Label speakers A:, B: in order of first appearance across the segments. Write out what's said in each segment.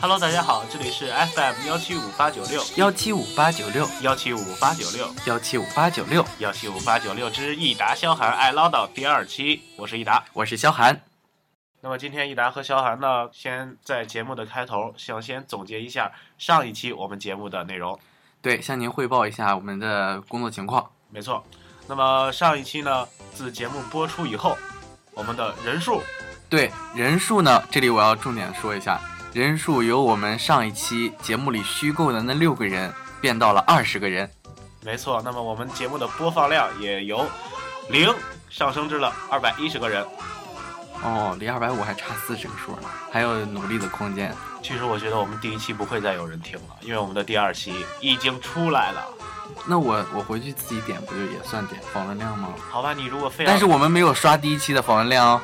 A: Hello，大家好，这里是 FM 幺七五八九六
B: 幺七五八九六
A: 幺七五八九六
B: 幺七五八九六，
A: 幺七五八九六之益达萧寒爱唠叨第二期，我是益达。
B: 我是萧寒。
A: 那么今天益达和萧寒呢，先在节目的开头想先总结一下上一期我们节目的内容。
B: 对，向您汇报一下我们的工作情况。
A: 没错，那么上一期呢，自节目播出以后，我们的人数
B: 对人数呢，这里我要重点说一下，人数由我们上一期节目里虚构的那六个人变到了二十个人。
A: 没错，那么我们节目的播放量也由零上升至了二百一十个人。
B: 哦，离二百五还差四十个数呢，还有努力的空间。
A: 其实我觉得我们第一期不会再有人听了，因为我们的第二期已经出来了。
B: 那我我回去自己点不就也算点访问量吗？
A: 好吧，你如果非要，
B: 但是我们没有刷第一期的访问量哦。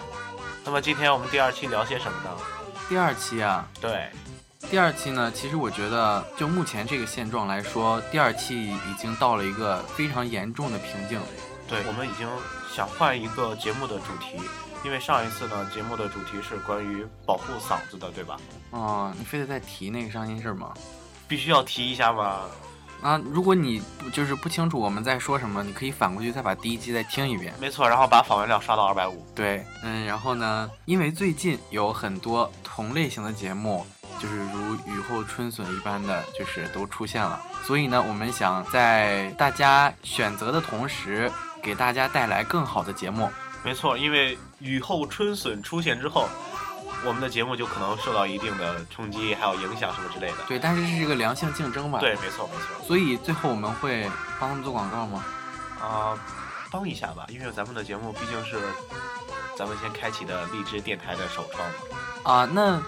A: 那么今天我们第二期聊些什么呢？
B: 第二期啊，
A: 对，
B: 第二期呢，其实我觉得就目前这个现状来说，第二期已经到了一个非常严重的瓶颈。
A: 对，我们已经想换一个节目的主题，因为上一次呢，节目的主题是关于保护嗓子的，对吧？
B: 哦，你非得再提那个伤心事儿吗？
A: 必须要提一下嘛。
B: 啊，如果你不就是不清楚我们在说什么，你可以反过去再把第一期再听一遍。
A: 没错，然后把访问量刷到二百五。
B: 对，嗯，然后呢，因为最近有很多同类型的节目，就是如雨后春笋一般的，就是都出现了，所以呢，我们想在大家选择的同时，给大家带来更好的节目。
A: 没错，因为雨后春笋出现之后，我们的节目就可能受到一定的冲击，还有影响什么之类的。
B: 对，但是是一个良性竞争吧。，
A: 对，没错，没错。
B: 所以最后我们会帮他们做广告吗？
A: 啊、帮一下吧，因为咱们的节目毕竟是咱们先开启的荔枝电台的首创嘛。
B: 啊，那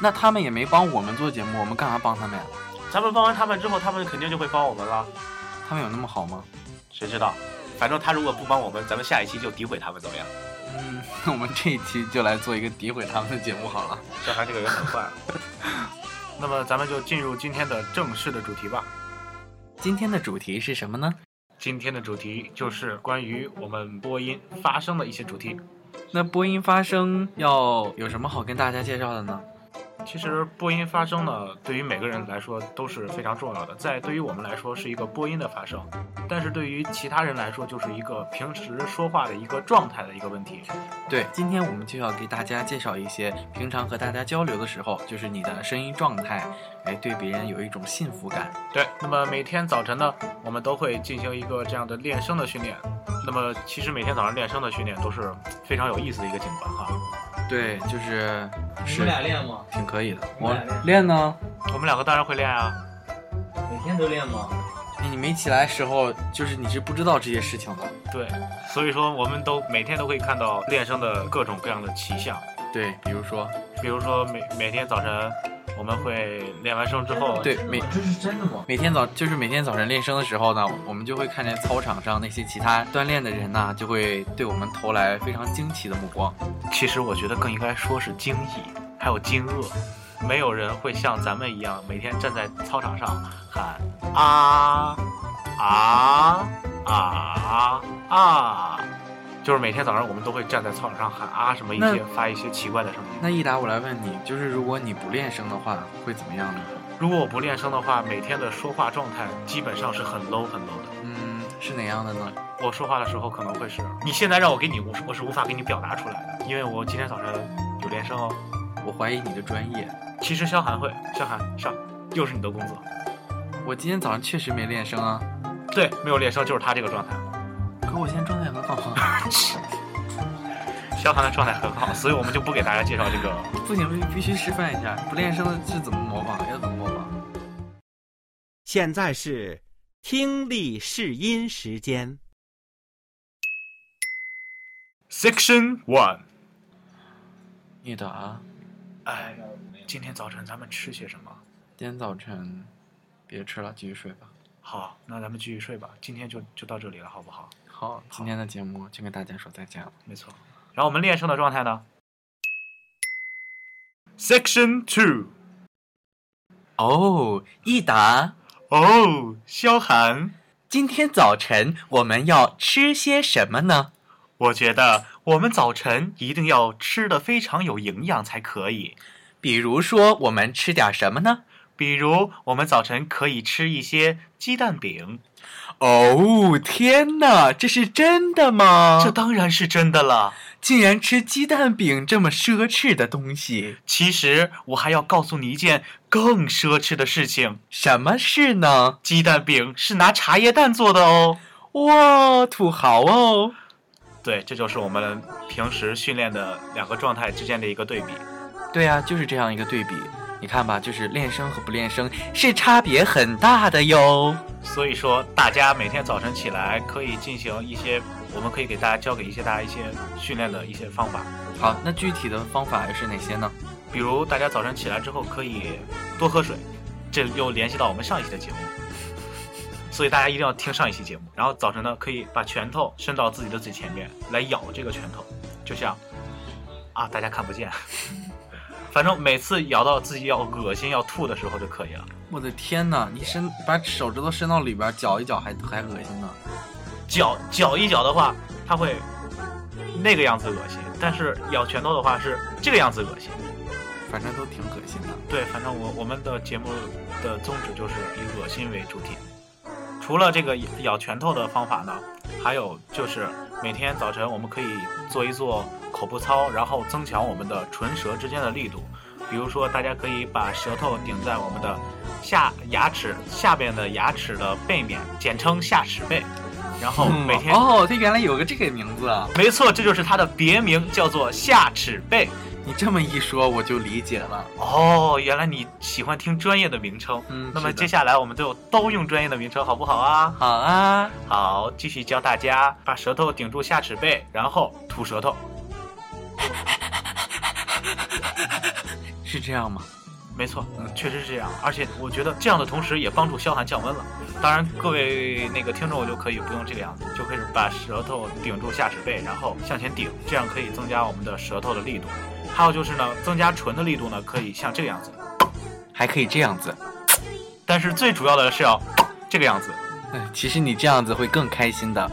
B: 那他们也没帮我们做节目，我们干嘛帮他们呀？
A: 咱们帮完他们之后，他们肯定就会帮我们了。
B: 他们有那么好吗？
A: 谁知道？反正他如果不帮我们，咱们下一期就诋毁他们，怎么样？
B: 嗯， 那我们这一期就来做一个诋毁他们的节目好了。
A: 小韩这个人很坏。 那么咱们就进入今天的正式的主题吧。
B: 今天的主题是什么呢？
A: 今天的主题就是关于我们播音发声的一些主题。
B: 那播音发声要有什么好跟大家介绍的呢？
A: 其实播音发声呢，对于每个人来说都是非常重要的。在对于我们来说是一个播音的发声，但是对于其他人来说就是一个平时说话的一个状态的一个问题。
B: 对，今天我们就要给大家介绍一些平常和大家交流的时候，就是你的声音状态，哎，对别人有一种幸福感。
A: 对，那么每天早晨呢，我们都会进行一个这样的练声的训练。那么其实每天早上练声的训练都是非常有意思的一个景观哈。
B: 对，就是
C: 你们俩练吗？
B: 挺可以的。
C: 你
B: 我
C: 们俩
B: 练呢，
A: 我们两个当然会练啊，
C: 每天都练吗？
B: 你没起来时候，就是你是不知道这些事情的。
A: 对，所以说我们都每天都会看到练声的各种各样的奇象，
B: 对，比如说，
A: 比如说每每天早晨我们会练完声之后，
B: 对
C: 真的吗
B: 每
C: 这是真的吗？
B: 每天早就是每天早晨练声的时候呢，我们就会看见操场上那些其他锻炼的人呐、就会对我们投来非常惊奇的目光。
A: 其实我觉得更应该说是惊异，还有惊愕。没有人会像咱们一样每天站在操场上喊啊啊啊啊，就是每天早上我们都会站在操场上喊啊什么一
B: 那
A: 些发一些奇怪的声音。
B: 那益达，我来问你，就是如果你不练声的话，会怎么样呢？
A: 如果我不练声的话，每天的说话状态基本上是很 low 很 low 的。
B: 嗯，是哪样的呢？
A: 我说话的时候可能会是，你现在让我给你，我是我是无法给你表达出来的，因为我今天早晨有练声哦。
B: 我怀疑你的专业。
A: 其实萧寒会，萧寒上，又是你的工作。
B: 我今天早上确实没练声啊，
A: 对，没有练声就是他这个状态。
B: 可我现在状态很好啊。
A: 萧寒的状态很好，所以我们就不给大家介绍这个。
B: 不行，必须示范一下，不练声是怎么模仿，要怎么模仿？
D: 现在是听力试音时间。
A: Section One。
B: 益达，
A: 哎，今天早晨咱们吃些什么？
B: 今天早晨别吃了，继续睡吧。
A: 好，那咱们继续睡吧。今天就就到这里了，好不好？
B: 好，今天的节目就跟大家说再见了。
A: 没错。然后我们练声的状态呢？Section Two。
B: 哦，益达。
A: 哦，萧寒，
B: 今天早晨我们要吃些什么呢？
A: 我觉得我们早晨一定要吃的非常有营养才可以。
B: 比如说，我们吃点什么呢？
A: 比如，我们早晨可以吃一些鸡蛋饼，
B: 哦，天哪，这是真的
A: 这
B: 吗？
A: 当然是真的了。
B: 竟然吃鸡蛋饼这么奢侈的东西，
A: 其实我还要告诉你一件更奢侈的事情：
B: 什么事呢？
A: 鸡蛋饼是拿茶叶蛋做的哦。
B: 哇，土豪哦！
A: 对，这就是我们平时训练的两个状态之间的一个对比。
B: 对啊，就是这样一个对比。你看吧，就是练声和不练声是差别很大的哟。
A: 所以说，大家每天早晨起来可以进行一些，我们可以给大家教给一些大家一些训练的一些方法，
B: 好，那具体的方法又是哪些呢？
A: 比如大家早晨起来之后可以多喝水，这又联系到我们上一期的节目， 所以大家一定要听上一期节目。然后早晨呢，可以把拳头伸到自己的嘴前面来咬这个拳头，就像啊，大家看不见， 反正每次咬到自己要恶心要吐的时候就可以了。
B: 我的天哪，你伸把手指头伸到里边搅一搅还还恶心呢。
A: 搅搅一搅的话，它会那个样子恶心；但是咬拳头的话是这个样子恶心。
B: 反正都挺恶心的。
A: 对，反正我我们的节目的宗旨就是以恶心为主体。除了这个咬拳头的方法呢，还有就是每天早晨我们可以做一做口部操，然后增强我们的唇舌之间的力度。比如说，大家可以把舌头顶在我们的下牙齿下边的牙齿的背面，简称下齿背。然后每天
B: 哦，它原来有个这个名字啊！
A: 没错，这就是它的别名，叫做下齿贝。
B: 你这么一说，我就理解了。
A: 哦，原来你喜欢听专业的名称。
B: 嗯
A: 那么
B: 是的
A: 接下来我们就都用专业的名称，好不好啊？
B: 好啊，
A: 好，继续教大家把舌头顶住下齿背，然后吐舌头。
B: 是这样吗？
A: 没错，嗯，确实是这样。而且我觉得这样的同时也帮助消寒降温了。当然，各位那个听众就可以不用这个样子，就可以把舌头顶住下齿背，然后向前顶，这样可以增加我们的舌头的力度。还有就是呢，增加唇的力度呢，可以像这个样子。
B: 还可以这样子。
A: 但是最主要的是要这个样子。
B: 嗯，其实你这样子会更开心的。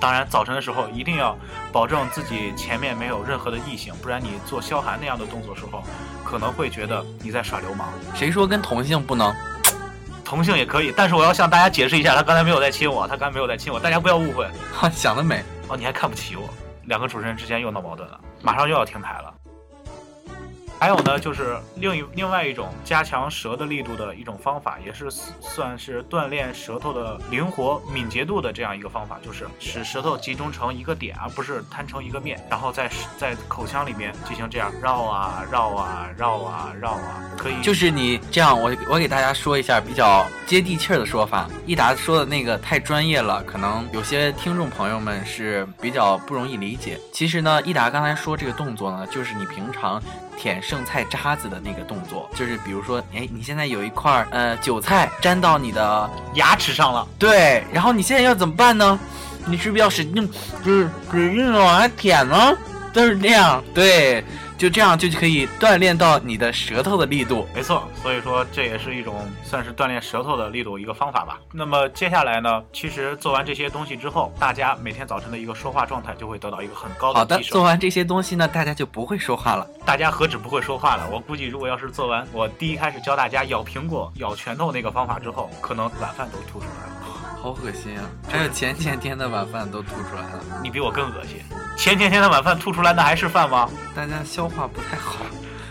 A: 当然，早晨的时候一定要保证自己前面没有任何的异性，不然你做萧寒那样的动作时候，可能会觉得你在耍流氓。
B: 谁说跟同性不能？
A: 同性也可以，但是我要向大家解释一下，他刚才没有在亲我，他刚才没有在亲我，大家不要误会
B: 哈，想得美。
A: 哦，你还看不起我。两个主持人之间又闹矛盾了，马上又要停台了。还有呢，就是另一另外一种加强舌的力度的一种方法，也是算是锻炼舌头的灵活敏捷度的这样一个方法，就是使舌头集中成一个点，而不是摊成一个面，然后在在口腔里面进行这样绕啊绕啊绕啊绕啊，可以
B: 就是你这样，我我给大家说一下比较接地气儿的说法。益达说的那个太专业了，可能有些听众朋友们是比较不容易理解。其实呢，益达刚才说这个动作呢，就是你平常舔剩菜渣子的那个动作，就是比如说，哎，你现在有一块儿呃韭菜粘到你的
A: 牙齿上了。
B: 对，然后你现在要怎么办呢？你是不是要使劲，就是使劲地往下舔呢？就是这样，对，就这样就可以锻炼到你的舌头的力度。
A: 没错，所以说这也是一种算是锻炼舌头的力度一个方法吧。那么接下来呢，其实做完这些东西之后，大家每天早晨的一个说话状态就会得到一个很高
B: 好的，
A: 的提
B: 做
A: 升。
B: 完这些东西呢，大家就不会说话了。
A: 大家何止不会说话了，我估计如果要是做完我第一开始教大家咬苹果、咬拳头那个方法之后，可能晚饭都吐出来了。
B: 好恶心啊！还有前前天的晚饭都吐出来了，
A: 你比我更恶心。前前天的晚饭吐出来，那还是饭吗？
B: 大家消化不太好。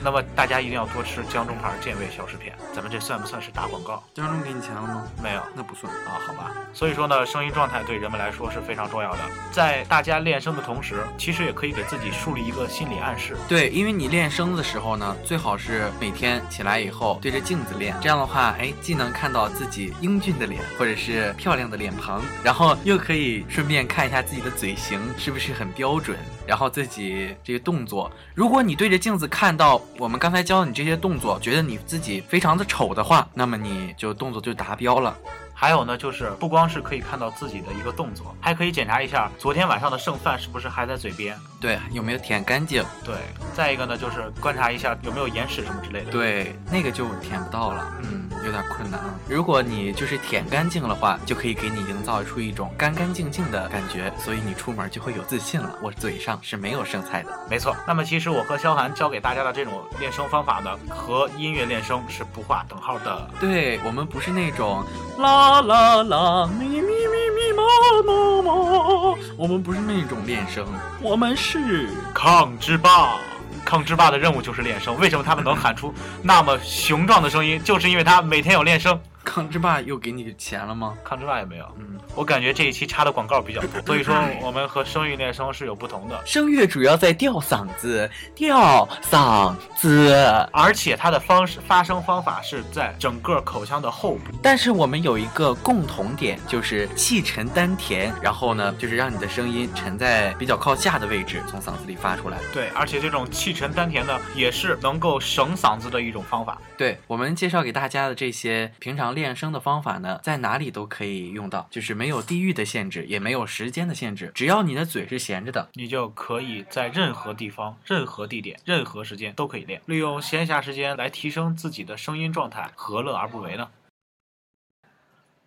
A: 那么大家一定要多吃江中牌健胃消食片。咱们这算不算是打广告？
B: 张中给你钱了吗？
A: 没有。
B: 那不算。
A: 啊，好吧。所以说呢，声音状态对人们来说是非常重要的。在大家练声的同时，其实也可以给自己树立一个心理暗示。
B: 对，因为你练声的时候呢，最好是每天起来以后对着镜子练，这样的话，哎，既能看到自己英俊的脸，或者是漂亮的脸庞，然后又可以顺便看一下自己的嘴型是不是很标准，然后自己这个动作。如果你对着镜子看到我们刚才教你这些动作，觉得你自己非常的丑的话，那么你就动作就达标了。
A: 还有呢，就是不光是可以看到自己的一个动作，还可以检查一下昨天晚上的剩饭是不是还在嘴边。
B: 对，有没有舔干净？
A: 对，再一个呢，就是观察一下有没有眼屎什么之类的。，
B: 对，那个就舔不到了。嗯，有点困难啊。如果你就是舔干净的话，就可以给你营造出一种干干净净的感觉，所以你出门就会有自信了。我嘴上是没有剩菜的。
A: 没错，那么其实我和萧寒教给大家的这种练声方法呢，和音乐练声是不划等号的。
B: 对我们不是那种啦啦啦咪咪咪咪么么么，我们不是那种练声，我们是
A: 抗之霸，抗之霸的任务就是练声。为什么他们能喊出那么雄壮的声音？就是因为他每天有练声。
B: 康之霸又给你钱了吗？
A: 抗之霸也没有，
B: 嗯，
A: 我感觉这一期插的广告比较多，所以说我们和声韵练声是有不同的，
B: 声乐主要在吊嗓子，吊嗓子。
A: 而且它的方式发声方法是在整个口腔的后部。
B: 但是我们有一个共同点，就是气沉丹田，然后呢，就是让你的声音沉在比较靠下的位置，从嗓子里发出来。
A: 对，而且这种气沉丹田呢，也是能够省嗓子的一种方法。
B: 对我们介绍给大家的这些平常练声的方法呢，在哪里都可以用到，就是没有地域的限制，也没有时间的限制，只要你的嘴是闲着的，
A: 你就可以在任何地方、任何地点、任何时间都可以练，利用闲暇时间来提升自己的声音状态，何乐而不为呢？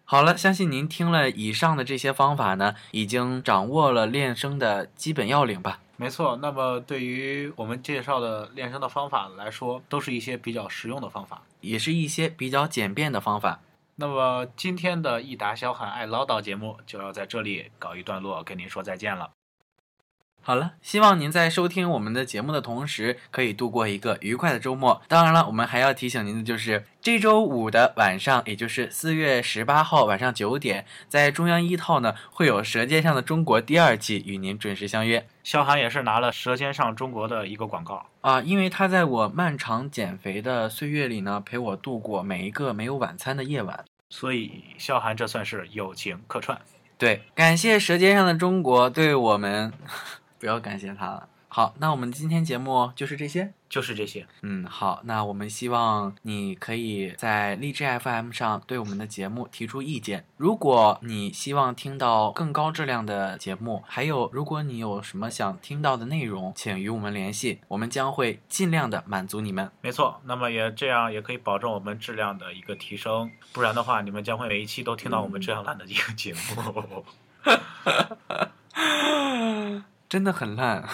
B: 好了，相信您听了以上的这些方法呢，已经掌握了练声的基本要领吧。
A: 没错，那么对于我们介绍的练声的方法来说，都是一些比较实用的方法。
B: 也是一些比较简便的方法。
A: 那么今天的“益达小喊爱唠叨”节目就要在这里告一段落，跟您说再见了。
B: 好了，希望您在收听我们的节目的同时，可以度过一个愉快的周末。当然了，我们还要提醒您的就是，这周五的晚上，也就是四月十八号晚上九点，在中央一套呢会有《舌尖上的中国》第二季与您准时相约。
A: 萧寒也是拿了《舌尖上中国》的一个广告。
B: 啊，因为他在我漫长减肥的岁月里呢，陪我度过每一个没有晚餐的夜晚。
A: 所以，萧寒这算是友情客串。
B: 对，感谢《舌尖上的中国》对我们， 不要感谢他了。好，那我们今天节目就是这些。
A: 就是这些，
B: 嗯，好，那我们希望你可以在荔枝 FM 上对我们的节目提出意见。如果你希望听到更高质量的节目，还有如果你有什么想听到的内容，请与我们联系，我们将会尽量的满足你们。
A: 没错。那么也这样也可以保证我们质量的一个提升，不然的话，你们将会每一期都听到我们这样烂的一个节目，
B: 真的很烂，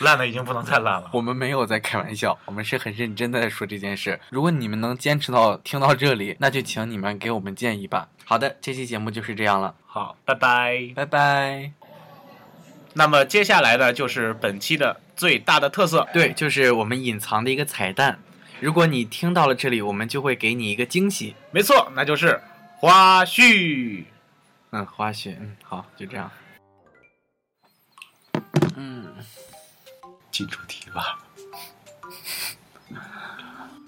A: 烂的已经不能再烂了。
B: 我们没有在开玩笑，我们是很认真的在说这件事。如果你们能坚持到听到这里，那就请你们给我们建议吧。好的，这期节目就是这样了，
A: 好，拜拜。
B: 拜拜。
A: 那么接下来呢，就是本期的最大的特色。
B: 对，就是我们隐藏的一个彩蛋。如果你听到了这里，我们就会给你一个惊喜。
A: 没错，那就是花絮。
B: 嗯，花絮，嗯，好，就这样。嗯，
A: 进主题吧。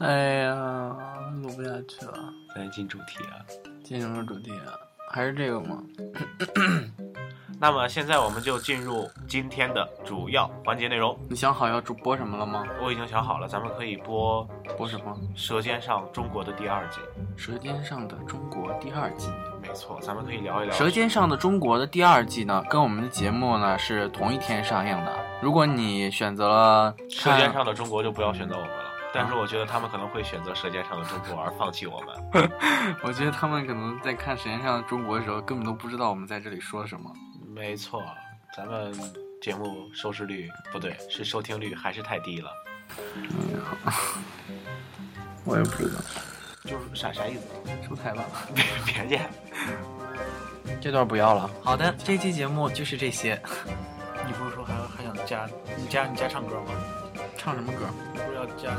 B: 哎呀，录不下去了，
A: 咱进主题啊。
B: 进入主题啊，还是这个吗？
A: 那么现在我们就进入今天的主要环节内容。
B: 你想好要主播什么了吗？
A: 我已经想好了，咱们可以播《
B: 播什么？
A: 舌尖上中国》的第二季。
B: 《舌尖上的中国》第二季。
A: 没错，咱们可以聊一
B: 《
A: 聊。
B: 舌尖上的中国》的第二季呢，跟我们的节目呢是同一天上映的。如果你选择了
A: 《舌
B: 看
A: 尖上的中国》就不要选择我们了，但是我觉得他们可能会选择《舌尖上的中国》而放弃我们。
B: 我觉得他们可能在看《舌尖上的中国》的时候，根本都不知道我们在这里说什么。
A: 没错，咱们节目收视率不对，是收听率还是太低了。
B: 我也不知道，
A: 就是啥啥意思？
B: 出台吧，
A: 别别介，
B: 这段不要了。好的，这期节目就是这些。
A: 你不是说还还想加？你加你加唱歌吗？
B: 唱什么歌？
A: 你不是要加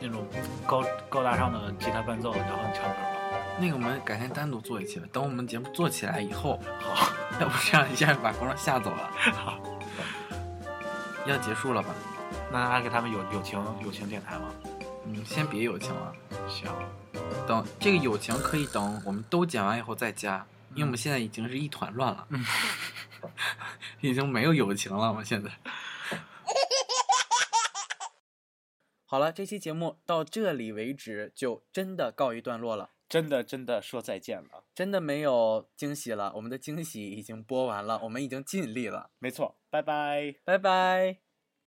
A: 那种高高大上的吉他伴奏，然后你唱歌吗？
B: 那个我们改天单独做一期吧。等我们节目做起来以后，
A: 好，
B: 要不这样一下把观众吓走了。要结束了吧？
A: 那还给他们友友情友情电台吗？
B: 嗯，先别友情了，
A: 行，
B: 等这个友情可以等我们都剪完以后再加，因为我们现在已经是一团乱了， 已经没有友情了。我们现在。好了，这期节目到这里为止，就真的告一段落了。
A: 真的真的说再见了。
B: 真的没有惊喜了，我们的惊喜已经播完了，我们已经尽力了，
A: 没错，拜拜。
B: 拜拜。